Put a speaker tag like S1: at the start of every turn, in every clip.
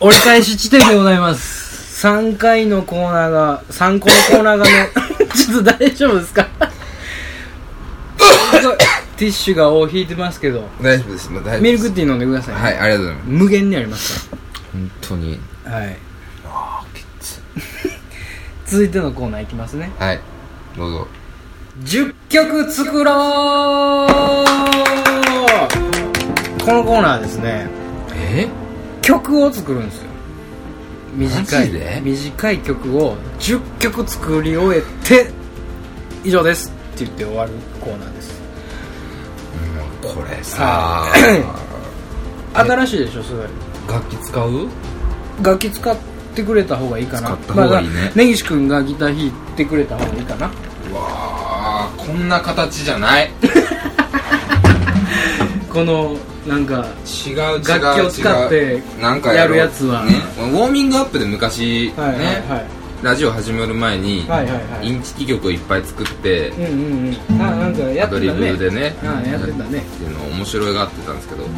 S1: 折り返し地点でございます3回のコーナーが3個のコーナーがね ちょっと大丈夫ですかすごいティッシュが尾を引いてますけど
S2: 大丈夫です。もう大丈夫です。
S1: ミルクティー飲んでください、
S2: はい、ありがとうございます。
S1: 無限にありますか
S2: 本当に。
S1: らはい
S2: ああ、きつ。
S1: 続いてのコーナーいきますね
S2: はい。どうぞ。
S1: 10曲作ろうこのコーナーですね
S2: え
S1: 曲を作るんですよ短
S2: マジで
S1: い短い曲を10曲作り終えて以上ですって言って終わるコーナーです
S2: もうこれさ、
S1: 新しいでしょすごい
S2: 楽器使う
S1: 楽器使ってくれた方がいいかな
S2: 使った方がいいね
S1: まあだから根岸君がギター弾いてくれた方がいいかな
S2: うわあ、こんな形じゃない。違う
S1: このなんか
S2: 違う違う。
S1: 楽器を使って
S2: なんか
S1: や
S2: ろ
S1: る
S2: う
S1: やつは
S2: ね。ウォーミングアップで昔、
S1: はいはい
S2: ね、
S1: は
S2: ラジオ始める前に、
S1: いはいはい
S2: イ
S1: はい
S2: ンチキ曲をいっぱい作って、
S1: うんうんうんあなんかや
S2: ア
S1: って
S2: ド
S1: た
S2: リ
S1: ね
S2: ブでね、
S1: あやってたね
S2: っていうのを面白いがってたんですけど、
S1: はい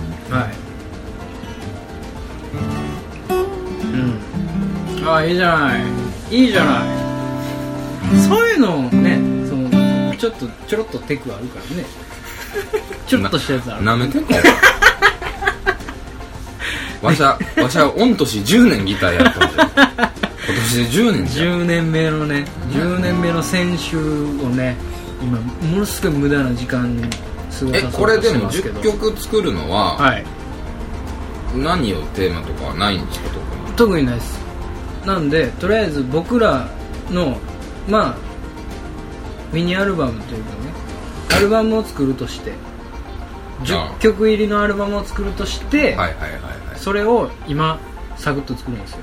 S1: うんああいいじゃないいいじゃないそういうのをねそのちょっとちょろっとテクあるから ねちょろっとしたやつある
S2: なめてんか お前わしゃわしゃ御年10年ギターやったんだよ今年で10年じゃん
S1: 10年目のね10年目の選手をね今ものすごい無駄な時間に過ごさ
S2: え
S1: せ
S2: これでも
S1: ますけど
S2: 10曲作るのは
S1: はい
S2: 何をテーマとかはないんですか特に
S1: 特にないですなんでとりあえず僕らのまあミニアルバムというかねアルバムを作るとして
S2: あ
S1: 10
S2: あ
S1: 曲入りのアルバムを作るとして、
S2: はいはいはいはい
S1: それを今サクッと作るんですよ、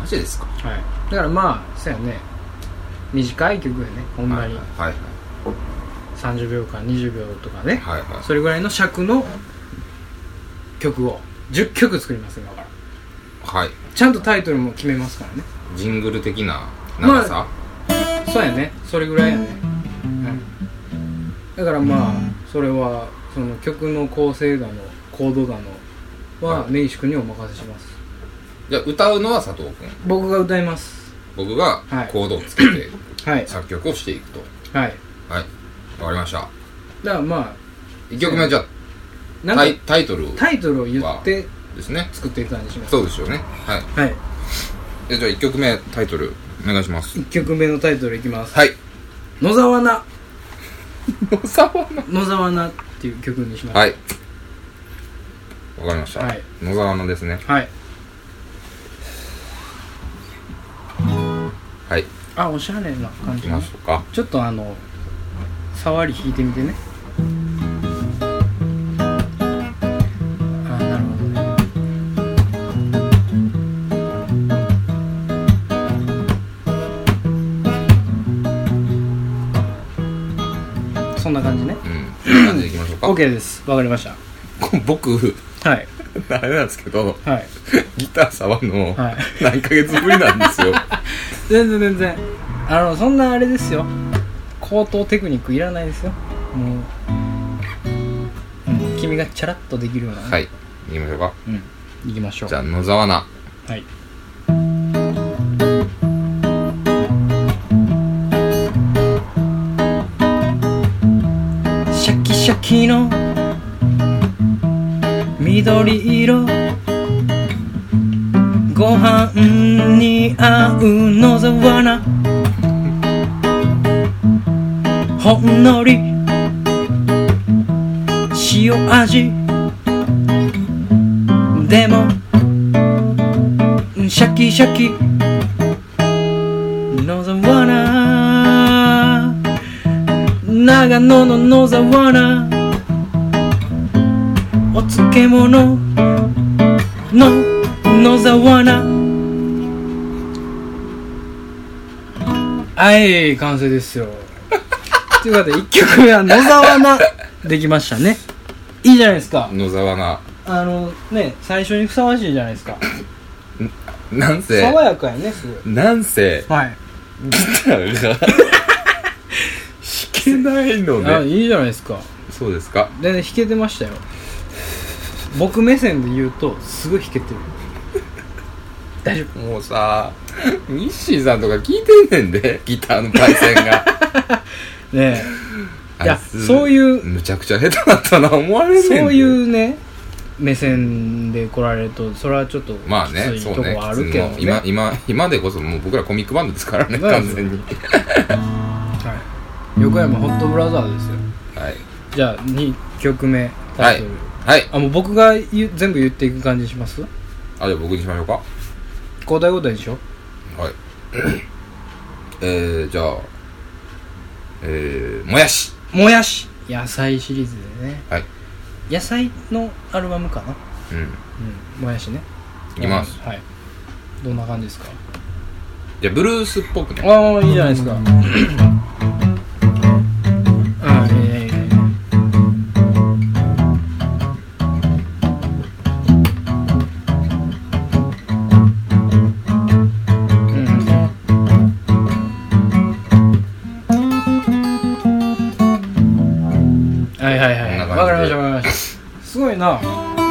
S2: マジですか
S1: はい、だからまあそうやね短い曲やねほんまに
S2: はいはい
S1: 30秒間20秒とかね
S2: はいはい
S1: それぐらいの尺の曲を10曲作ります今から
S2: はい
S1: ちゃんとタイトルも決めますからね
S2: ジングル的な長さ、
S1: そうやねそれぐらいやね、だからまあそれはその曲の構成だのコードだのは
S2: はい
S1: 根岸君にお任せします
S2: じゃあ歌うのは佐藤君
S1: 僕が歌います
S2: 僕が
S1: はい
S2: コードをつけ て
S1: はい
S2: 作曲をしていくと
S1: はい
S2: はいわかりました
S1: だからま
S2: 1曲目じゃ
S1: あ
S2: あ
S1: なんか
S2: タイタイトルを
S1: タイトルを言って
S2: ですね
S1: 作っていく感じにします
S2: そうですよねはい
S1: はい
S2: えじゃあ1曲目タイトルお願いします
S1: 1曲目のタイトルいきます
S2: はい
S1: 「野沢菜
S2: 野沢菜
S1: 野沢菜」っていう曲にします
S2: はいわかりました、
S1: はい
S2: 野沢菜ですね
S1: はい
S2: はい
S1: あおしゃれな感
S2: いき
S1: じ
S2: ましょうか
S1: ちょっとあの触り弾いてみてねあなるほどねそんな感じね
S2: うんこんな感じでいきましょうか
S1: OK ですわかりました
S2: こ僕
S1: はい
S2: あれなんですけど
S1: はい
S2: ギター触るの
S1: はい
S2: 何ヶ月ぶりなんです よ
S1: 全然全然あのそんなあれですよ高等テクニックいらないですよもう、うん、君がチャラッとできるようなね、
S2: はいいきましょうか
S1: うん行きましょう
S2: じゃあ野沢菜
S1: はいシャキシャキの緑色ご飯に合う野沢菜ほんのり塩味でもシャキシャキ野沢菜長野の野沢菜お漬物の野沢菜はい完成ですよ ということで1曲目は野沢菜できましたねいいじゃないですか
S2: 野沢菜
S1: あのね最初にふさわしいじゃないですか
S2: なんせ
S1: 爽やかやねすごい
S2: なんせ
S1: はい
S2: ギターが弾けないの
S1: あ
S2: で
S1: いいじゃないですか
S2: そうですか
S1: 全然弾けてましたよ僕目線で言うとすごい弾けてる大丈
S2: もうさニッシーさんとか聞いてんねんでギターのパイセン が
S1: 夫ねえいや
S2: あつ
S1: そういう
S2: むちゃくちゃ下手だったな思われんねんで
S1: そういうね目線で来られるとそれはちょっときつ
S2: まあね
S1: い
S2: そ
S1: と
S2: う
S1: こ
S2: ね
S1: はあるけどね
S2: きついの今今今でこそもう僕らコミックバンドですからね
S1: そうです
S2: 完全に
S1: はい、横山ホットブラザーですよ
S2: はい
S1: じゃあ2曲目タ
S2: は
S1: イ
S2: い
S1: トル、
S2: はい
S1: あもう僕が言う全部言っていく感じします
S2: あじゃあ僕にしましょうか
S1: 交代交代でしょ
S2: はい。えー、じゃあ、えー、もやし。
S1: もやし野菜シリーズでね
S2: はい。
S1: 野菜のアルバムかな
S2: うん。
S1: うんもやしね
S2: いきます。
S1: はいどんな感じですか
S2: じゃあ、ブルースっぽくね。
S1: ああいいじゃないですかああいやいやいやいやうんはいはいはい
S2: こんな感じで
S1: わかりましたわかりましたすごいな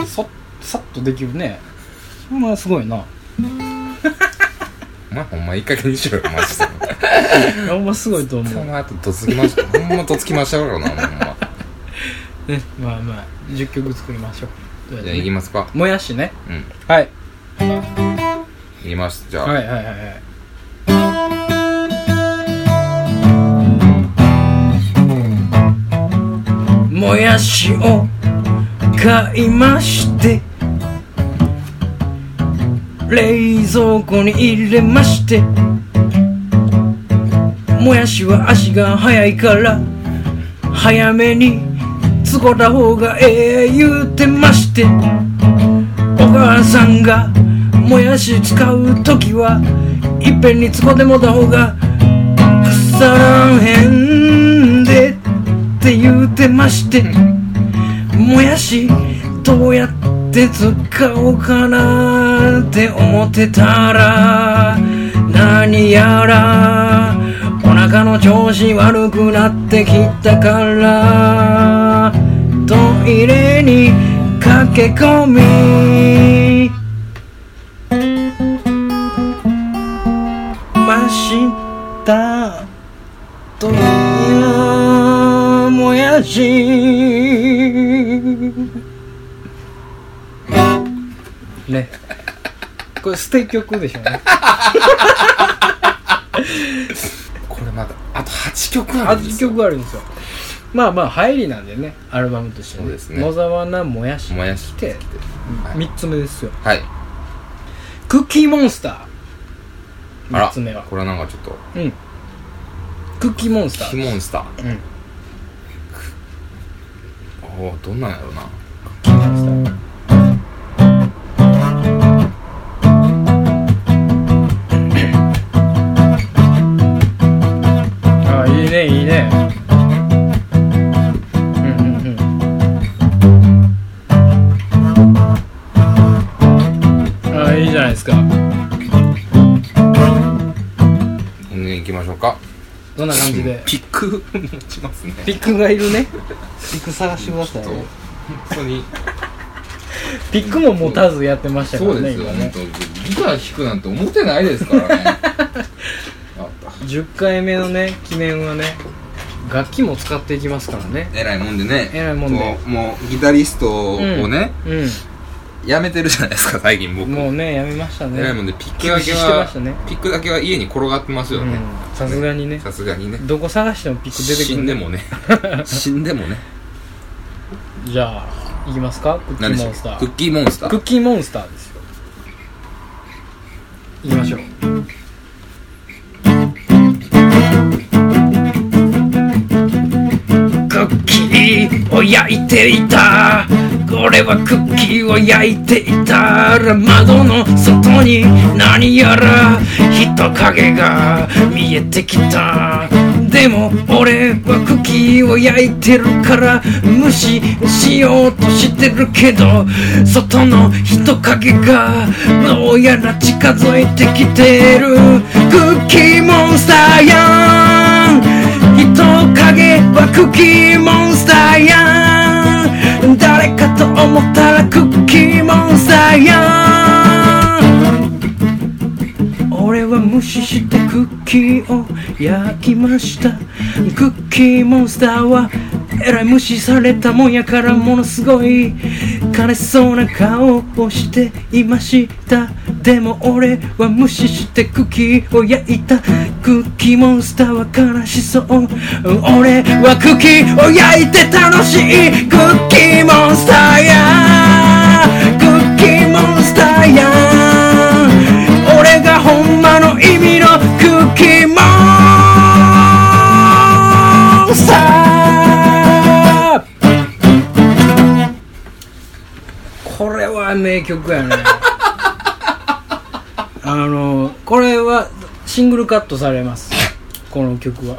S1: そさっとできるねそんなすごいな
S2: お前、ほんまいい加減にしろよ、マ ジで。
S1: ほんますごいと思う
S2: その後、とつきました。ほんまとつきましたからな、ほんま。
S1: ねまあまあ10曲作りましょうとりあえず
S2: じゃあ、
S1: ね
S2: いきますか。
S1: もやしね
S2: うん。
S1: はい
S2: いきます。じゃあ、
S1: はいはいはいはいもやしを買いまして冷蔵庫に入れましてもやしは足が速いから早めに使った方がええ言うてましてお母さんがもやし使う時はいっぺんに使ってもうた方が腐らへんでって言うてましてもやしどうやって使おうかなって思ってたら何やらお腹の調子悪くなってきたからトイレに駆け込みましたとやもやしねこれ捨て曲でしょうね
S2: これまだ、あと8曲あるんで
S1: 8
S2: すよ。
S1: 曲あるんですよまあまあ入りなんでねアルバムとして、
S2: そうですね
S1: 野沢菜もやし
S2: もやし
S1: 来て
S2: はい。
S1: 3つ目ですよ
S2: はい。
S1: クッキーモンスター
S2: あら、
S1: 3つ目は
S2: これはなんかちょっと、
S1: うんクッキーモンスタ
S2: キ
S1: ー
S2: モンスター。
S1: うん
S2: おーどんなんやろうな。
S1: 聞きましたあいいねいいねうんうんうんあいいじゃないですか
S2: ほんで、いきましょうか。
S1: どんな感じで
S2: ピック持ちますね。
S1: ピックがいるねピック探してください
S2: そう
S1: ね
S2: 本当に。
S1: ピックも持たずやってましたか
S2: そ
S1: ら
S2: う
S1: ね
S2: ですよ、
S1: 今
S2: 本
S1: ね
S2: 当ギター弾くなんて思ってないですから ねあっ
S1: 10回目のね記念はね楽器も使っていきますからね
S2: たえらいもんでね
S1: えらいもんで
S2: こうもうギタリストをね、
S1: う
S2: やめてるじゃないですか最近僕
S1: ん、もうねやめましたね
S2: えらいもんでピックだけ
S1: 休止してま
S2: は
S1: したね
S2: ピックだけは家に転がってますよ
S1: う
S2: ね
S1: んさすがにね
S2: さすがにね
S1: どこ探してもピック出てくる
S2: 死んでもね 死んでもね
S1: じゃあいきますかクッキ
S2: 何で
S1: ー
S2: し
S1: モ
S2: ょう
S1: ンスタ
S2: ク
S1: ー
S2: ッキーモンスタ
S1: ク
S2: ー
S1: ッキーモンスターですよいきましょうクッキーを焼いていたこれはクッキーを焼いていたら窓の外に何やら人影が見えてきたでも俺はクッキーを焼いてるから無視しようとしてるけど外の人影がどうやら近づいてきてるクッキーモンスターやん人影はクッキーモンスターやん誰かと思ったらクッキーモンスターやんッキーを焼きましたクッキーモンスターはえらい無視されたもんやからものすごい悲しそうな顔をしていましたでも俺は無視してクッキーを焼いたクッキーモンスターは悲しそう俺はクッキーを焼いて楽しいクッキーモンスターやクッキーモンスターや俺がほんまの意味のクッキーモンスターこれは名曲やね あのこれはシングルカットされますこの曲は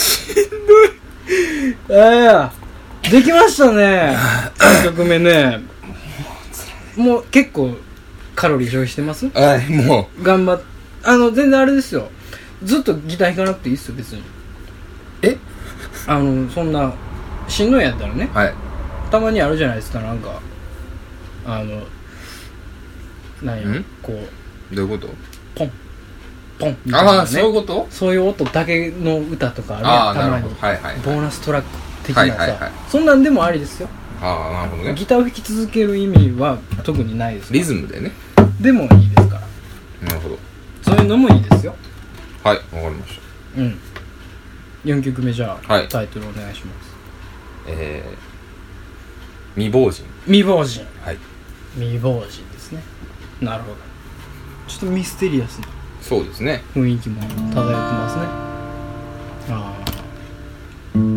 S1: しんどいああできました ね1曲目ねもう結構カロリー消費してます
S2: はいも
S1: 頑張っあの全然あれですよずっとギター弾かなくていいっすよ別に
S2: うえ
S1: あのそんなしんどいんやったらね
S2: はい
S1: たまにあるじゃないですかなんかあのなんや
S2: ん
S1: こう
S2: どういうこと
S1: ポンポンみたい
S2: あ
S1: な、
S2: あそういう
S1: ね、
S2: こと
S1: そういう音だけの歌とか
S2: あ
S1: あ
S2: あ
S1: るやん
S2: な
S1: た
S2: る
S1: ま
S2: ほ
S1: に
S2: どはいはい
S1: ボーナストラック的なさ、
S2: はいはいはい
S1: そんなんでもありですよ
S2: ああなるほどね
S1: ギターを弾き続ける意味は特にないです
S2: リズムでね
S1: でもいいですから
S2: なるほど
S1: そういうのもいいですよ
S2: はいわかりました
S1: うん4曲目じゃあ、
S2: はい
S1: タイトルお願いします
S2: えー、未亡人
S1: 未亡人
S2: はい
S1: 未亡人ですねなるほどちょっとミステリアスな
S2: そうですね
S1: 雰囲気も漂ってますねああ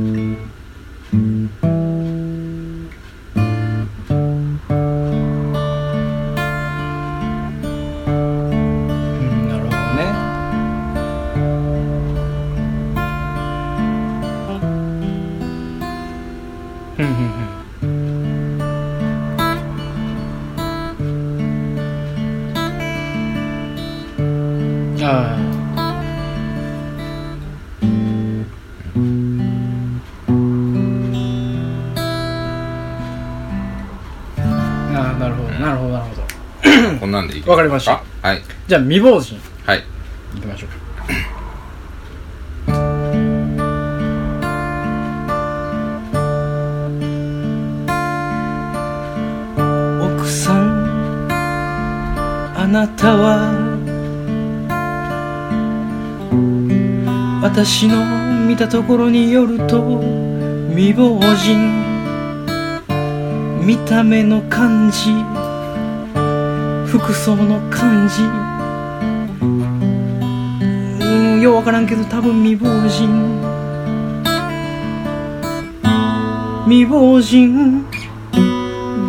S1: うんなるほどねうんうんうんああああなるほどなるほどなるほど
S2: こんなんでいい
S1: わかりました
S2: はい
S1: じゃあ未亡人
S2: はい
S1: 行きましょう奥さんあなたは私の見たところによると未亡人見た目の感じ服装の感じうんようわからんけど多分未亡人未亡人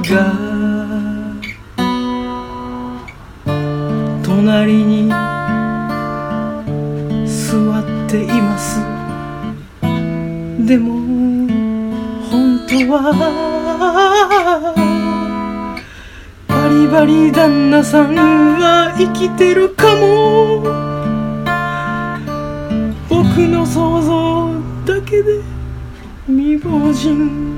S1: が隣に座っていますでも本当はバリバリ旦那さんは生きてるかも僕の想像だけで未亡人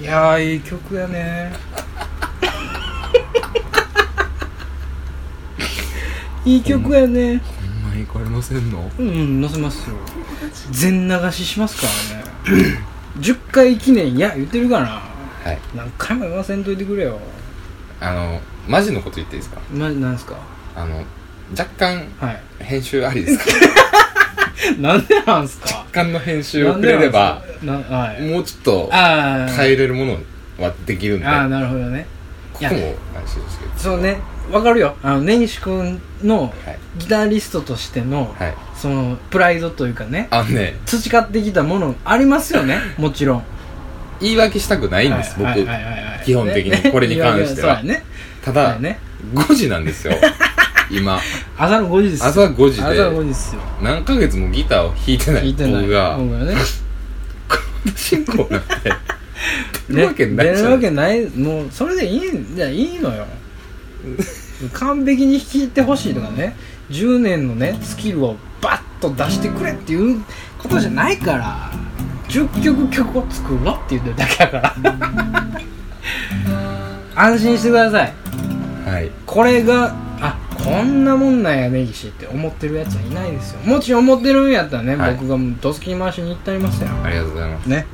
S1: いやーいい曲やね いい曲やね
S2: こんなに行かれませんの
S1: うん載せますよ全流ししますからね 10回記念いや言ってるかな
S2: はい
S1: 何回も言わせんといてくれよ
S2: あのマジのこと言っていいですか
S1: マジなんですか
S2: あの若干
S1: はい
S2: 編集ありですか
S1: なんでなんすか
S2: 若干の編集をくれれば
S1: なんでなんすかなはい
S2: もうちょっと
S1: あー
S2: 変えれるものはできるんで
S1: あーなるほどね
S2: こ
S1: い
S2: こ
S1: や
S2: も安心ですけど
S1: そうねわかるよあの根岸君の
S2: はい
S1: ギタリストとしての、
S2: はい
S1: そのプライドというかね
S2: あのね
S1: 培ってきたものありますよ ねもちろん
S2: 言い訳したくないいんです、僕、
S1: はいはいはいはい
S2: 基本的に
S1: ね
S2: これに関しては
S1: そうやねそ
S2: た
S1: う
S2: だ、
S1: やね
S2: 5時な んですよ今
S1: 朝の5時ですよ
S2: 朝5時
S1: 朝の5時
S2: で
S1: ですよ
S2: 何ヶ月もギターを弾いてな
S1: 聞
S2: い
S1: いてない
S2: 僕が
S1: 僕がね
S2: 進行なんて 出
S1: ね
S2: るわけない
S1: 出
S2: じ
S1: る
S2: ゃな
S1: わ
S2: い
S1: けないもうそれでいいんじゃいい のよ完璧に弾いてほしいとかね10年のねスキルをバッと出してくれっていうことじゃないから10曲曲を作ろうって言ってるだけだから安心してください
S2: はい
S1: これがあこんなもんなんや根岸って思ってるやつはいないですよもし思ってるんやったらね、
S2: はい
S1: 僕がもうどつき回しに行ってありますよ
S2: ありがとうございます
S1: ね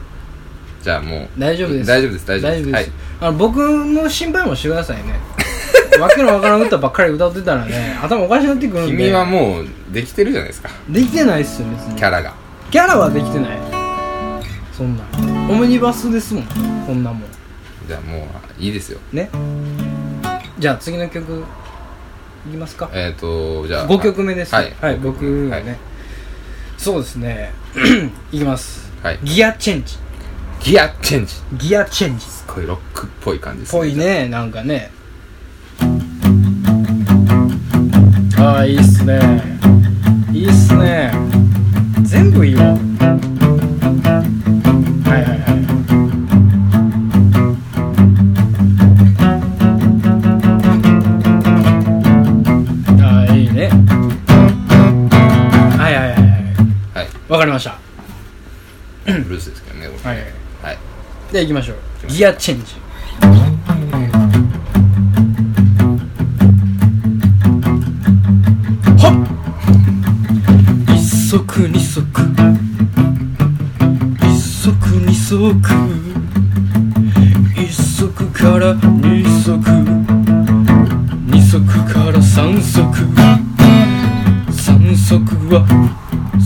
S2: じゃあもう
S1: 大丈夫です
S2: 大丈夫です大丈夫ですはい
S1: あの僕の心配もしてくださいね わけのわからん歌ばっかり歌ってたらね頭おかしくなってくるんで
S2: 君はもうできてるじゃないですか
S1: できてないっすよ別に
S2: キャラが
S1: キャラはできてないそんなオムニバスですもんこんなもん
S2: じゃあもういいですよ
S1: ねじゃあ次の曲いきますか
S2: えっ、ー、とじゃあ
S1: 5曲目です
S2: はい
S1: はい、
S2: 五
S1: 僕
S2: 曲目
S1: はね、そうですね いきます
S2: はい、はい、
S1: ギアチェンジ
S2: ギアチェンジす
S1: ギアチェンジ
S2: ごいロックっぽい感じです
S1: ぽいねなんかねああいいっすねいいっすね全部いいわはいはいはいああいいねはいはいはいはい
S2: はい
S1: わかりました
S2: ブルースですけどねこれ
S1: はい
S2: はい
S1: で行きましょうギアチェンジはっ一足二足一足二足一足から二足二足から三足三足は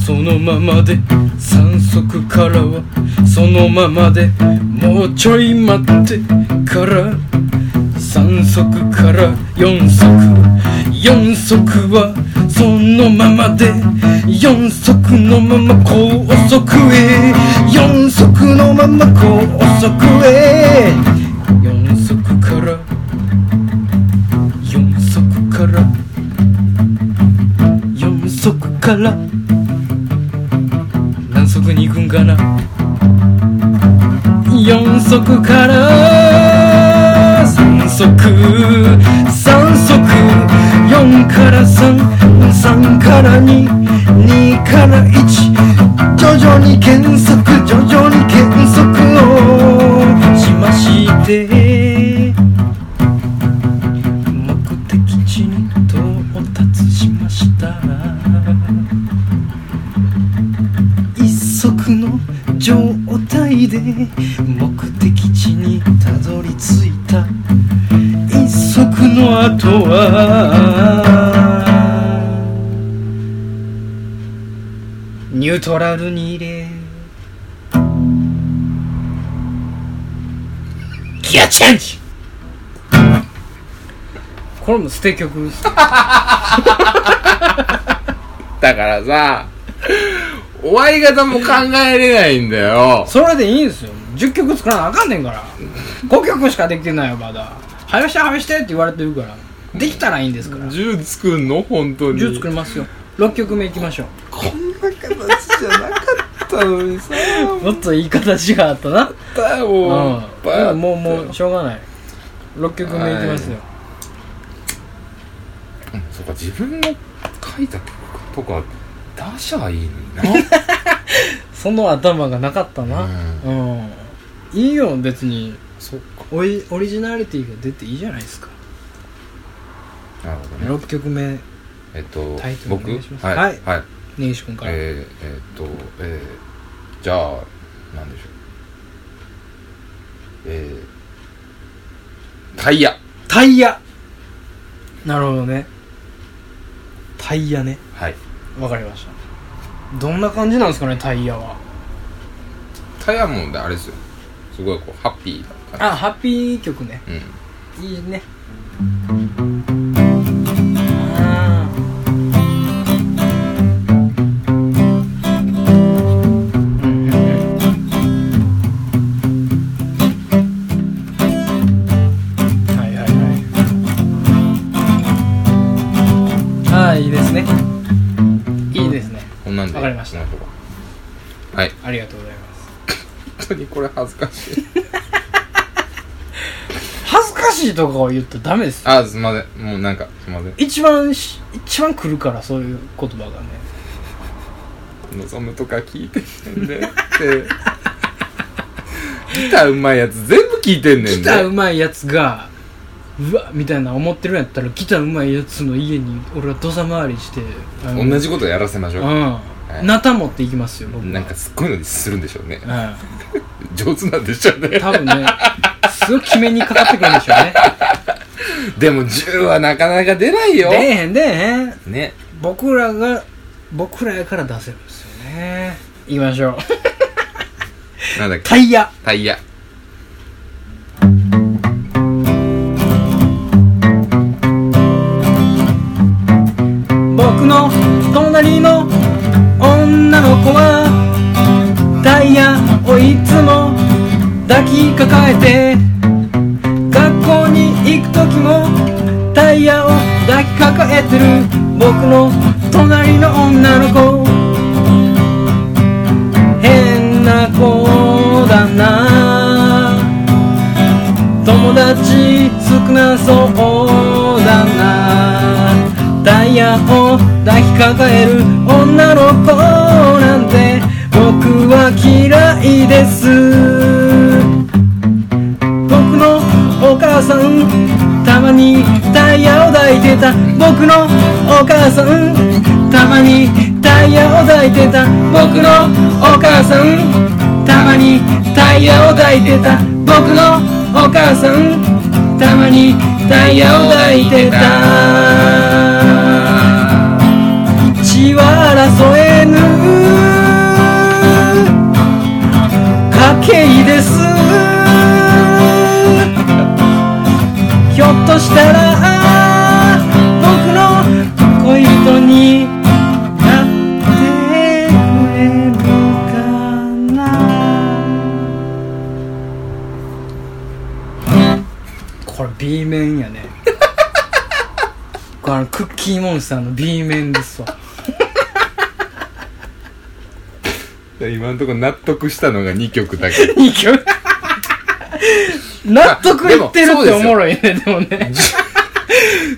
S1: そのままで三足からはそのままでもうちょい待ってから三足から四足四足はそのままで四足のまま高速へ四足のまま高速へ四足から四足から四足から何足に行くんかな四足から三足三足四から三三から二二から一徐々に減速徐々に減速をしまして目的地に到達しました一足の状態で目的地にたどり着いた一足の後はニュートラルに入れギアチェンジこれも捨て曲です
S2: だからさ終わり方も考えれないんだよ
S1: それでいいんですよ10曲作らなあかんねんから5曲しかできてないよまだ「はよしてはよして」って言われてるからできたらいいんですから
S2: 10作んの本当に
S1: 10作りますよ6曲目いきましょ
S2: こんな形じゃなかったのにさ
S1: うもっといい形があったな
S2: だよ
S1: うん
S2: もういっぱいあった
S1: もうもうもうしょうがない6曲目いきますよ
S2: うんそうか自分の書いた曲とか出しゃいいのにな
S1: その頭がなかった なうん、いいよ別に
S2: そっか
S1: オリオリジナリティが出ていいじゃないですか
S2: なるほどね
S1: 6曲目
S2: えっと
S1: タイトルお
S2: 僕
S1: 願いします
S2: はい
S1: はい
S2: はい
S1: 根岸君から、
S2: えーえーっとえーじゃあなんでしょうえータイヤ
S1: タイヤなるほどねタイヤね
S2: はい
S1: わかりましたどんな感じなんですかねタイヤは
S2: タイヤもあれですよすごいこうハッピーな感
S1: あハッピー曲ね
S2: じうん
S1: いいねあーうんうんうんはいはいはいあーいいですねいいですね
S2: こんなんで
S1: わかりました
S2: こんなんとかはい
S1: ありがとうございます
S2: 本当にこれ恥ずかしい
S1: 恥ずかしいとかを言ったらダメですよ
S2: あすいませんもうなんかすいません
S1: 一番し一番来るからそういう言葉がね
S2: 望むとか聞いてんねんでってギターうまいやつ全部聞いてんねんで
S1: ギターうまいやつがうわみたいな思ってるんやったらギターうまいやつの家に俺は土佐回りしてあの
S2: 同じことやらせまし
S1: う
S2: ょ
S1: ん、
S2: う、い
S1: なた持っていきますよ僕は
S2: なんかすっごいのにするんでしょうね
S1: う
S2: 上手なんでしょうんね
S1: 多分ねすごい決めにかかってくるんでしょうね
S2: でも10はなかなか出ないよ
S1: 出えへん出えへん
S2: ね
S1: 僕らが僕らやから出せるんですよね行きましょう
S2: なんだっけ
S1: タイヤ
S2: タイヤ
S1: 僕の隣の女の子はタイヤをいつも抱きかかえて学校に行く時もタイヤを抱きかかえてる僕の隣の女の子変な子だな友達少なそうだなタイヤを抱きかかえる女の子なんて僕は嫌いです僕のお母さんたまにタイヤを抱いてた僕のお母さんたまにタイヤを抱いてた僕のお母さんたまにタイヤを抱いてた僕のお母さんたまにタイヤを抱いてた血は争えぬ家計ですひょっとしたら僕の恋人になってくれるかなこれ B 面やねこれあのクッキーモンスターの B 面ですわ
S2: 今のところ納得したのが2曲だけ
S1: いいけど納得いってるっておもろいねでもね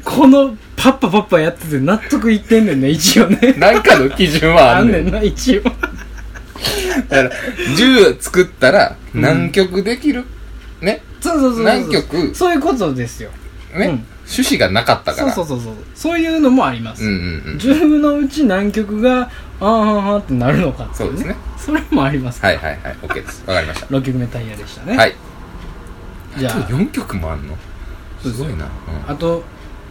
S1: このパッパパッパやってて納得いってんねんね一応ね
S2: なんかの基準は
S1: あ
S2: あん
S1: ん
S2: ね
S1: ね
S2: ん
S1: んな一応
S2: だから10作ったら何曲できる、ね
S1: そうそうそうそう
S2: 何曲
S1: そういうことですよ
S2: ね、
S1: うん
S2: 趣旨がなかったか
S1: そう
S2: ら
S1: そうそうそうそういうのもあります、
S2: うんうんうん
S1: 自分のうち何曲があーはーはーってなるのかってい
S2: そうですね
S1: それもあります
S2: はいはいはい OK ですわかりました
S1: 6曲目タイヤでしたね、
S2: はい
S1: じゃあ
S2: 4曲もあんの
S1: そう
S2: す
S1: です
S2: ごいな、うん
S1: あと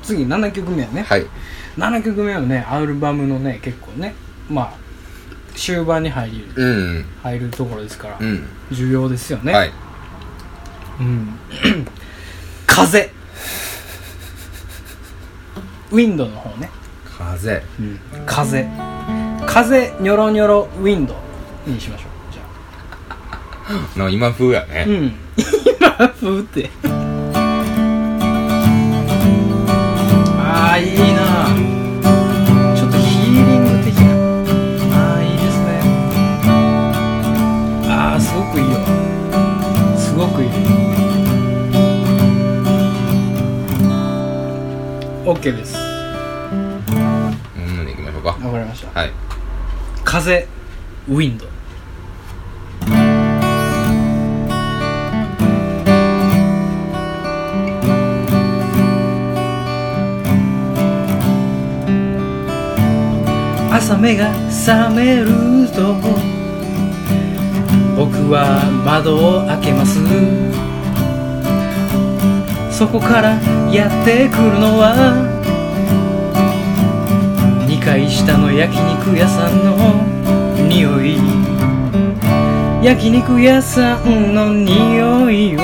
S1: 次7曲目やね、
S2: はい
S1: 7曲目はねアルバムのね結構ねまあ終盤に入る
S2: うん
S1: 入るところですから、
S2: うん、
S1: 重要ですよね、
S2: はい
S1: うん 風ウィンドの方ね、風
S2: 風
S1: 風ニョロニョロウィンドにしましょうじゃ
S2: の今風やね
S1: あ、うん今風ってああいいなちょっとヒーリング的なああいいですねああすごくいいよすごくいい OK です
S2: うん、飲んでいきましょうか
S1: わかりました
S2: はい
S1: 風ウィンド朝目が覚めると僕は窓を開けますそこからやってくるのは2階下の焼肉屋さんの匂い焼肉屋さんの匂いを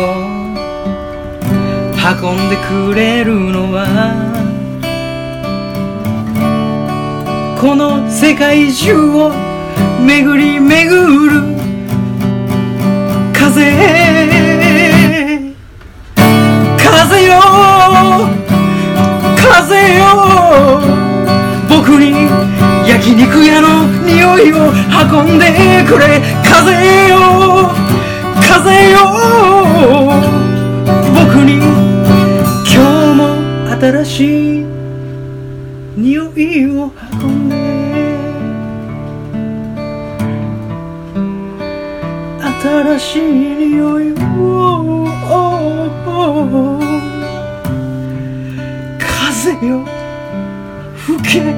S1: 運んでくれるのはこの世界中を巡り巡る風風よ風よ僕に焼肉屋の匂いを運んでくれ風よ風よ僕に今日も新しい匂いを運んで新しい匂いを風よ吹け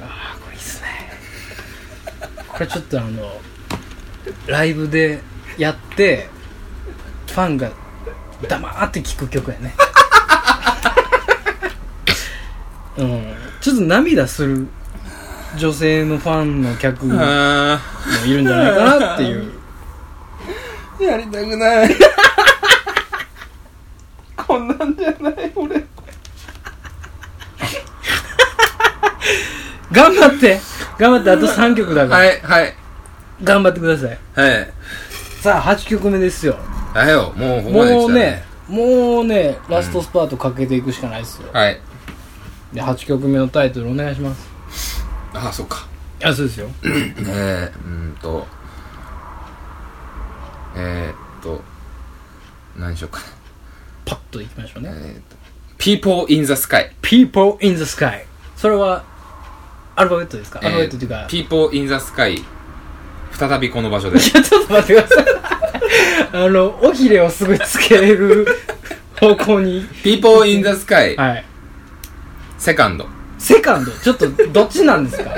S1: あーこれいいっすねこれちょっとあのライブでやってファンが黙って聴く曲やねうんちょっと涙する女性のファンの客も
S2: あ
S1: いるんじゃないかなっていう
S2: ーやりたくないこんなんじゃない俺
S1: 頑張って頑張ってあと3曲だから、
S2: はいはい
S1: 頑張ってください
S2: はい
S1: さあ8曲目ですよ
S2: だよもうここまで
S1: もう
S2: 来た
S1: ねもうねラストスパートかけていくしかないですよ、
S2: はい
S1: で8曲目のタイトルお願いします
S2: ああそっか
S1: あそうですよ
S2: えー、うーんとえー、っと何しようかな
S1: パッといきましょうね
S2: えー、っと People in the Sky
S1: People in the Sky それはアルファベットですか、
S2: えー
S1: アルファベットっていうか
S2: People in the Sky 再びこの 場所
S1: い
S2: で
S1: やちょっと待ってくださいあの尾ひれをすぐつける方向 に
S2: People in the Sky
S1: はい
S2: セカンド
S1: セカンドちょっとどっちなんです か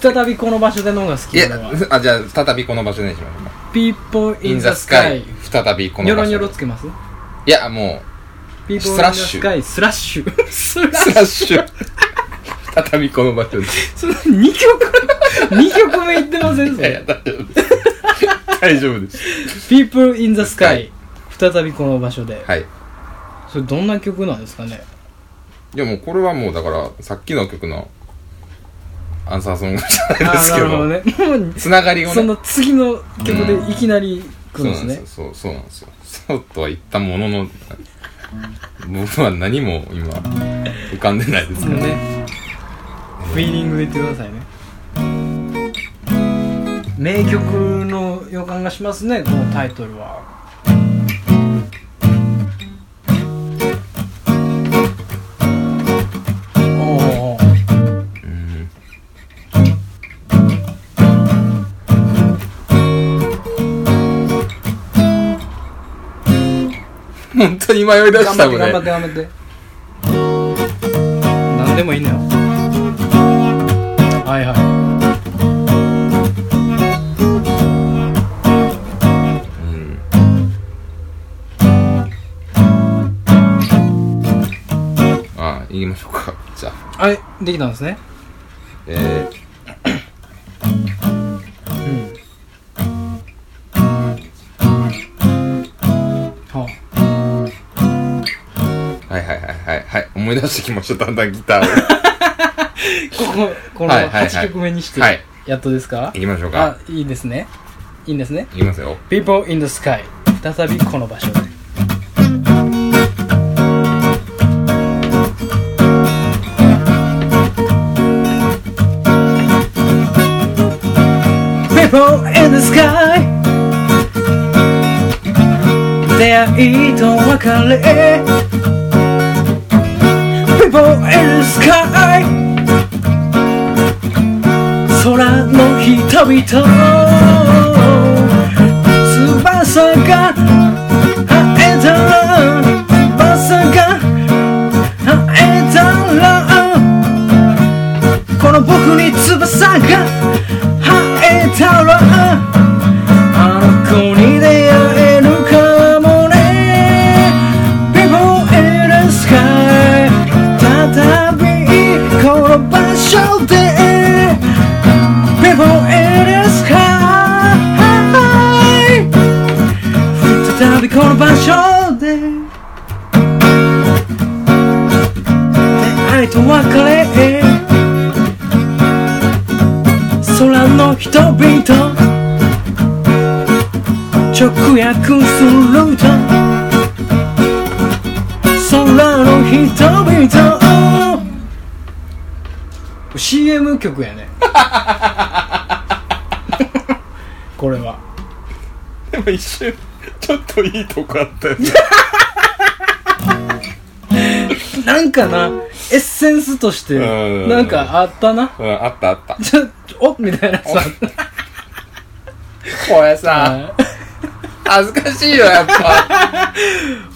S1: 再びこの場所での方が好
S2: い
S1: き
S2: や
S1: なのは
S2: あじゃあ再びこの場所でにしましょうか
S1: People
S2: In
S1: in
S2: the
S1: the
S2: Sky
S1: Sky
S2: 再びこ
S1: ニ
S2: の
S1: ョ
S2: 場
S1: ロニョ
S2: 所
S1: ロ
S2: で
S1: つけます
S2: いやも
S1: People in the
S2: スラッシュ
S1: Sky スラッ シュスラッ
S2: うスラッシュ再びこの場所で
S1: その2曲2曲 目言ってませんそ
S2: いやいや
S1: れ
S2: 大丈夫です大丈夫です
S1: People in the Sky 再びこの場所で
S2: はい
S1: それどんな曲なんですかね
S2: いやもうこれはもうだからさっきの曲のアンサーソングじゃない
S1: あ
S2: で
S1: あ
S2: す
S1: な
S2: け
S1: る
S2: ど
S1: ほどねも う
S2: つながりをね
S1: その次の曲でいきなり来
S2: そう
S1: るんで
S2: な
S1: す
S2: ん
S1: ね、
S2: ですよそうそうなんですよそうとは言ったものの僕は何も今浮かんでないです
S1: もう
S2: ね
S1: ねフィーリングで言ってくださいね名曲の予感がしますねこのタイトルはおー
S2: うん本当に迷い出
S1: 頑張っ
S2: した
S1: て
S2: 俺
S1: 頑張って頑張って何でもいいのよはいは
S2: うんああ言いましょうかじゃあ
S1: いはいできたんですね
S2: え
S1: うんは
S2: ー、はいはいはいはいはい思い出してきましただんだんギ ターを
S1: こここの
S2: はいはいはい
S1: 8曲目にして
S2: はい
S1: やっとですか、
S2: いきましょう
S1: あ
S2: か
S1: いいですねいいんですね
S2: いきますよ
S1: People in the Sky 再びこの場所で「People in the Sky」「出会いと別れ」「People in the Sky」「空の人々」翼が生えたら翼が生えたらこの僕に翼が生えたらあの子に出会えるかもね People in the sky 再びこの場所で People in the sky 再びこの場所で出会いと別れ空の人々直訳すると空の人々 CM 曲やねこれは
S2: でも一瞬ちょっといいとこあったよね
S1: なんかなエッセンスとして
S2: うん
S1: なんかあったな
S2: うん、あったあった。
S1: ちょおみたいなさ
S2: これさ、恥ずかしいよ、や っぱ。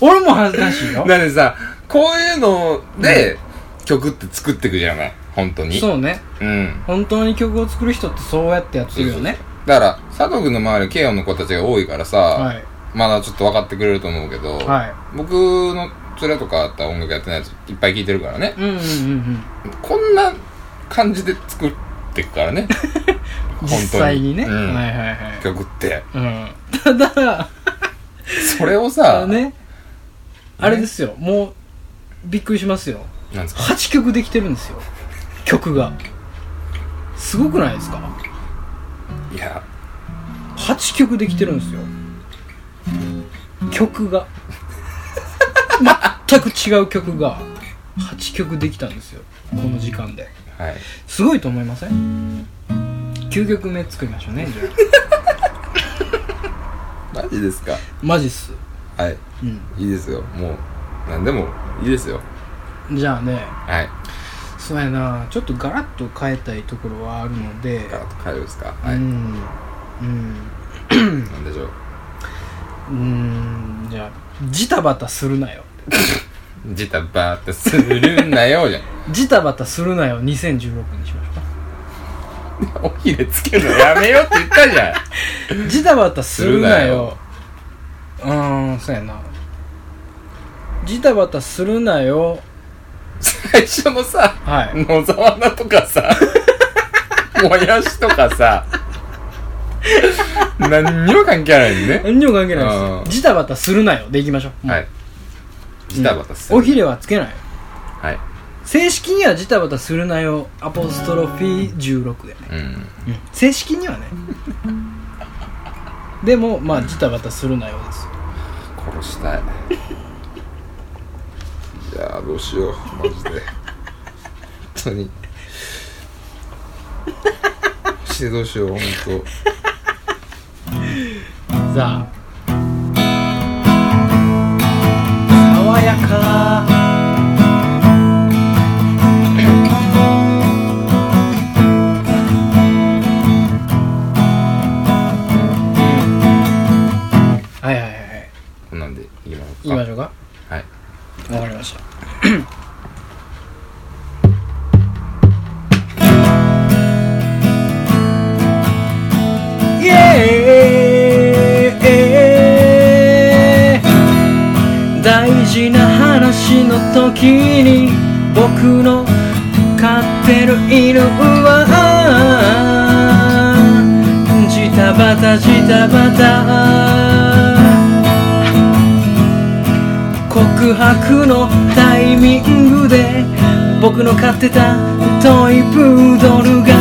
S1: 俺も恥ずかしいよ
S2: だってさ、こういうので、曲って作ってくじゃない本当に。
S1: そうね
S2: うん。
S1: 本当に曲を作る人ってそうやってやってるよね
S2: だから、佐藤くんの周り、ケイオンの子たちが多いからさ、
S1: はい
S2: まだちょっと分かってくれると思うけど、
S1: は
S2: 僕の連れとかあった音楽やってないやついっぱい聴いてるからね
S1: い。うんうんうん
S2: こんな感じで作ってくからね。
S1: うん 実際にね、
S2: うん
S1: はいはいはい
S2: 曲って。
S1: うんただ
S2: それを
S1: あ
S2: さ、
S1: のねあれですよもうびっくりしますよ
S2: なんですか
S1: 8曲できてるんですよ曲がすごくないですか
S2: いや、
S1: 8曲できてるんですよ曲が全く違う曲が8曲できたんですよこの時間で
S2: はい。
S1: すごいと思いません9曲目作りましょうねじゃ
S2: マジですか
S1: あマジっす
S2: はい。
S1: うん
S2: いいですよ。もう、何でもいいですよ。
S1: じゃあね
S2: はい。
S1: そうやなちょっとガラッと変えたいところはあるので、
S2: ガラッと変えるんですかは
S1: う
S2: い。
S1: んうん
S2: なんでしょう。
S1: うーんじゃあジタバタするなよ
S2: ジタバーってするんなよ、じゃん。
S1: ジタバタするなよ2016にしましょ
S2: おひれつけるのやめようって言ったじゃん。
S1: うかジタバタするなよ
S2: す
S1: うーんそうやなジタバタするなよ
S2: 最初のさ、
S1: はい
S2: 野沢菜とか さ、もやしとかさ、何にも関係ないんね。
S1: 何にも関係な
S2: あ
S1: い
S2: ー
S1: ですジタバタするなよでいきましょうもう
S2: はい。ジタバタする。
S1: おひれはつけない
S2: はい。
S1: 正式にはジタバタするなよアポストロフィー16やね、
S2: うん。
S1: うん、正式にはねでもまあジタバタするなよですよ
S2: 殺したい。いやー、どうしよう。マジで。本当に。マジでどうしよう、本当。
S1: さあ爽やかはいはいはいはい
S2: こんなんでいきましょうか。
S1: 言いましょうか
S2: はい。
S1: わかりましたイエーイ大事な話の時に僕の飼ってる犬はジタバタジタバタ告白のタイミングで僕の飼ってたトイプードルが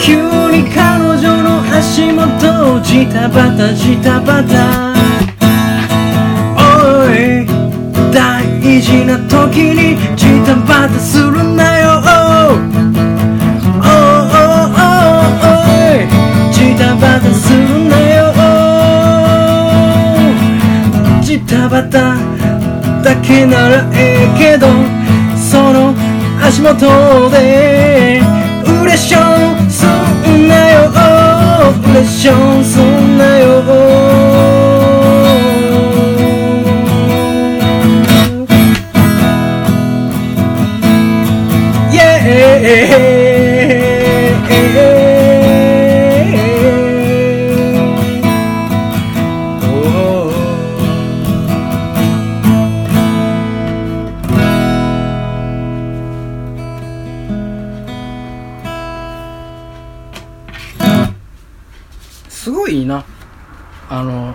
S1: 急に彼女の足元をジタバタジタバタおい大事な時にジタバタするなよおいおいおいジタバタするなよジタバタだけならええけどその足元でうれしょんすんなようれしょんすんなよイエーイすごいいいなあの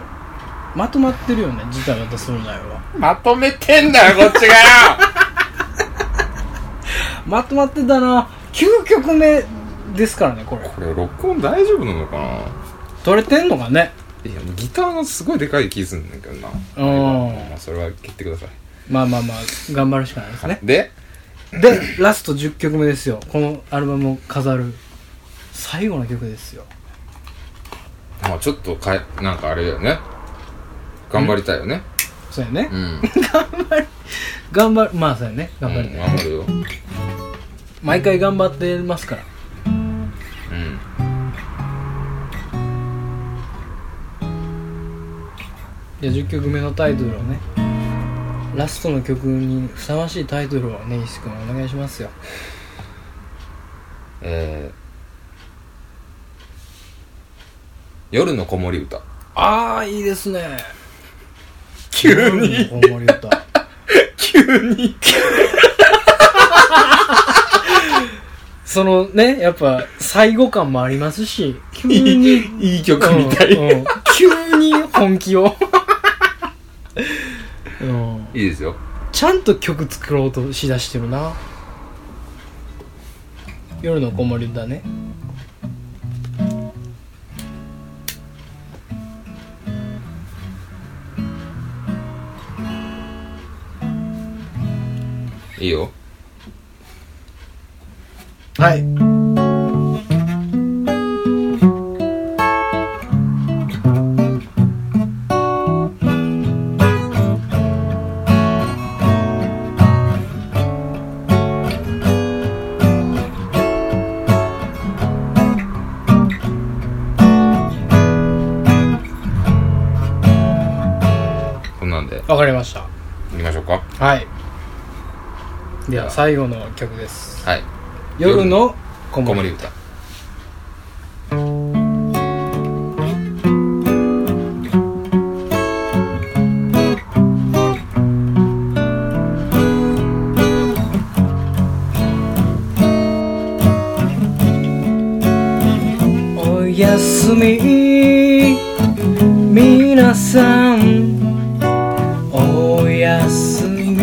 S1: まとまってるよねジタバタするなよは
S2: まとめてんだよ、こっちがよ
S1: まとまってたな9曲目ですからねこれ
S2: これ録音大丈夫なのかな
S1: 取れてんのかね
S2: いやギターのすごいでかい気すんねんけどな
S1: うん
S2: まあそれは切ってください、
S1: まあまあまあ頑張るしかないですね
S2: で
S1: でラスト10曲目ですよこのアルバムを飾る最後の曲ですよ
S2: まあちょっとかえなんかあれだよね頑張りたいよね
S1: そうやね
S2: うん、うん、
S1: 頑張るまあそうやね頑張りたい、
S2: 頑張るよ
S1: 毎回頑張ってますから
S2: うん
S1: じゃあ10曲目のタイトルをねラストの曲にふさわしいタイトルをね石君お願いしますよ
S2: えー、夜の子守歌
S1: ああいいですね
S2: 急
S1: 「子守歌」
S2: 急 に
S1: そのねやっぱ最後感もありますし急に
S2: いい曲みたい、
S1: うん
S2: い
S1: うん急に本気 を、うん、
S2: いですよ
S1: ちゃんと曲作ろうとしだしてるな夜の子守だね
S2: いいよ
S1: はい
S2: こんなんで
S1: わかりました
S2: いきましょうか
S1: はいで
S2: じゃあ
S1: は最後の曲です
S2: はい
S1: 夜の子
S2: 子
S1: 守
S2: 守歌
S1: おやすみ皆さんおやすみ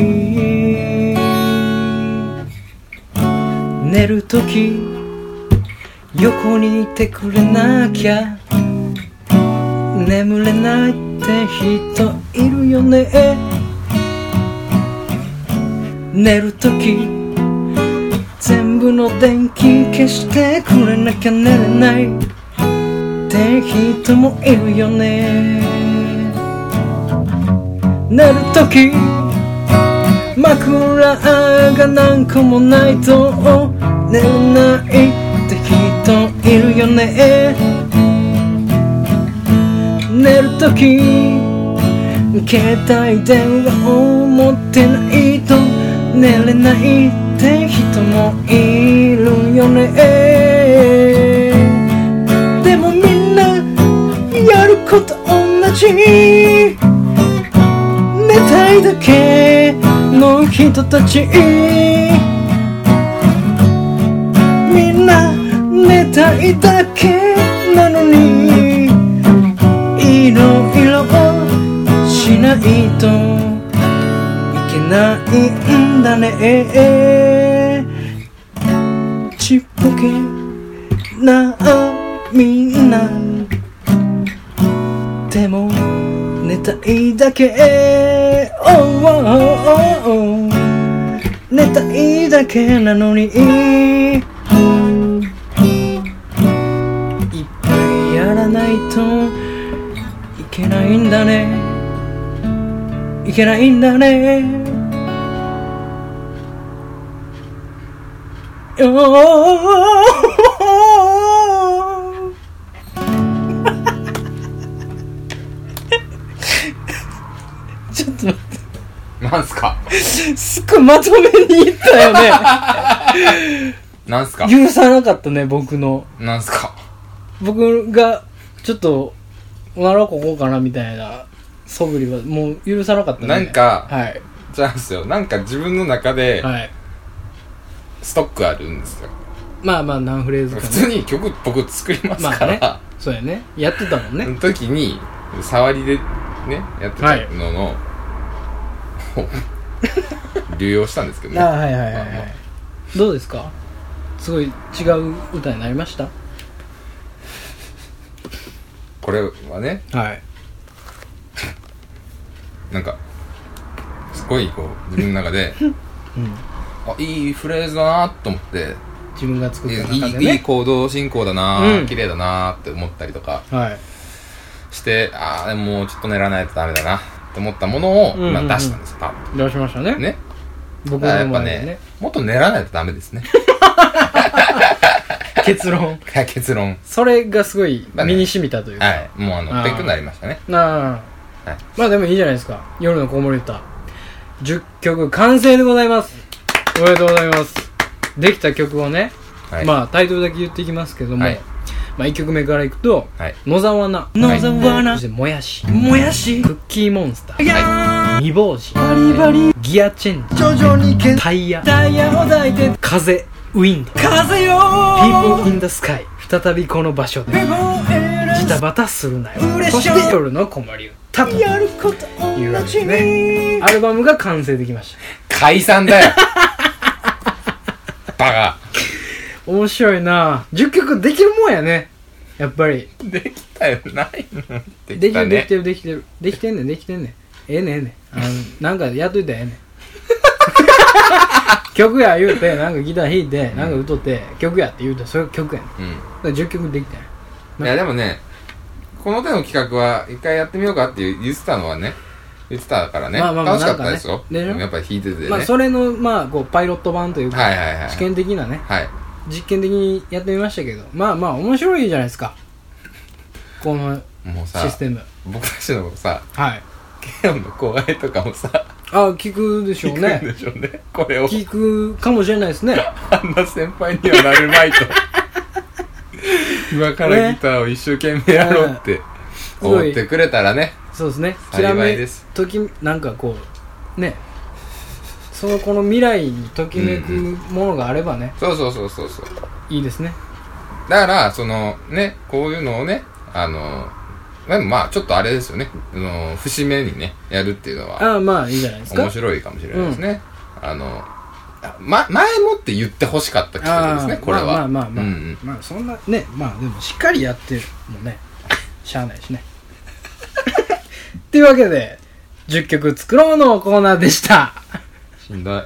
S1: 寝るとき横にいてくれなきゃ眠れないって人いるよね寝るとき全部の電気消してくれなきゃ寝れないって人もいるよね寝るとき枕が何個もないと寝れないって人いるよね寝るとき携帯電話を持ってないと寝れないって人もいるよねでもみんなやること同じ寝たいだけの人たちみんな寝たいだけなのにいろいろしないといけないんだねちっぽけなみんなでも寝たいだけ Oh, oh, oh, oh 寝たいだけなのにいっぱいやらないといけないんだねいけないんだね よーちょっと待って
S2: なんすか
S1: すっごいまとめにいったよね
S2: なんすか
S1: 許さなかったね僕の
S2: なんすか
S1: 僕がちょっとおならここうかなみたいな素振りはもう許さなかったね
S2: なんか
S1: はい
S2: じゃあですよなんか自分の中で
S1: はい
S2: ストックあるんですよ
S1: まあまあ何フレーズか
S2: 普通に曲僕作ります
S1: ま
S2: か
S1: あね
S2: ら
S1: そうやねやってたもん
S2: そ
S1: ね
S2: の時に触りでねやってたのの、流用したんですけど
S1: ああはい
S2: ね
S1: はいはい、
S2: まあ
S1: は
S2: ま
S1: い、どうですかすごい違う歌になりました
S2: これはね
S1: はい
S2: なんかすごいこう自分の中 で、あいいフレーズだなと思って、
S1: 自分が作った
S2: いい
S1: 中で
S2: いい
S1: ね
S2: 行動進行だな、
S1: うん
S2: 綺麗だなって思ったりとか
S1: はい
S2: してああもうちょっと練らないとダメだなって思ったものを、
S1: うんうんうん
S2: まあ出したんですよ多分
S1: 出しましたね
S2: ね
S1: 僕
S2: だから
S1: の
S2: やっぱ
S1: 前で
S2: ね
S1: ね
S2: もっと練らないとダメですね
S1: 結論
S2: 結論
S1: それがすごい
S2: まあね
S1: 身に染みたというか、
S2: はいもうあの
S1: あー
S2: 勉強になりましたね
S1: なあ、
S2: はい
S1: まあでもいいじゃないですか夜の子守歌10曲完成でございますおめでとうございますできた曲をね、
S2: はい
S1: まあタイトルだけ言っていきますけども、
S2: はい
S1: まあ1曲目からいくと
S2: はい
S1: 「野沢菜」
S3: 野沢菜
S1: そして「もやし」
S3: もやし
S1: クッキーモンスター
S3: や
S1: 未亡人
S3: バリバリ
S1: ギアチェンジ
S3: 徐々にけん
S1: タイヤ
S3: ダイヤを抱いて
S1: 風ウィンド
S3: 風よ
S1: ピーポーインダスカイ再びこの場所で
S3: ベボンエラ
S1: ジタバタするなよ
S3: うれしい
S1: そして夜の子守歌と
S3: やること
S1: いうわ
S3: 同
S1: け
S3: じ
S1: で
S3: に
S1: ねアルバムが完成できました
S2: 解散だよバカ
S1: 面白いな10曲できるもんやねやっぱり
S2: できたよないので
S1: できて
S2: きた
S1: るでき
S2: ね
S1: てるできてるできてんねんできてんねんええねんええねんあのなんかやっといたらええねん 曲や言うてなんかギター弾いてなんか歌って曲やって言うてそれが曲やねんだ
S2: う
S1: から10曲できたんや
S2: んいやでもねこの手の企画は一回やってみようかって言ってたのはね言ってたからね
S1: まあまあまあ
S2: 楽しかったです
S1: なん
S2: よ
S1: かねでしょ
S2: やっぱり弾いててね
S1: まあそれのまあこうパイロット版というか、
S2: はいはいはい
S1: 試験的なね
S2: はい
S1: 実験的にやってみましたけどまあまあ面白いじゃないですかこの
S2: もうさ
S1: システム
S2: 僕たちのさ
S1: はい
S2: ケオンの後輩とかもさ
S1: あ聞くでしょう
S2: 行くん
S1: ね
S2: でしょうねこれを
S1: 聞くかもしれないですね
S2: あんな先輩にはなる まいと今からギターを一生懸命やろうって
S1: うん
S2: 思ってくれたらね
S1: そうですねきら
S2: 幸い
S1: め
S2: です
S1: ときなんかこうねそのこの未来にときめく
S2: うん
S1: ものがあればね、
S2: そうそうそうそうそう
S1: いいですね
S2: だからそのねこういうのをねあのでもまあちょっとあれですよねあの節目にねやるっていうのは
S1: ああまあいいじゃないですか
S2: 面白いかもしれないですね、あのあま、前もって言ってほしかった企画ですね
S1: あー
S2: これは
S1: まあまあまあまあ、
S2: うんうん
S1: まあそんなねまあでもしっかりやってもねしゃあない しねっていうわけで10曲作ろうのコーナーでした
S2: しんどい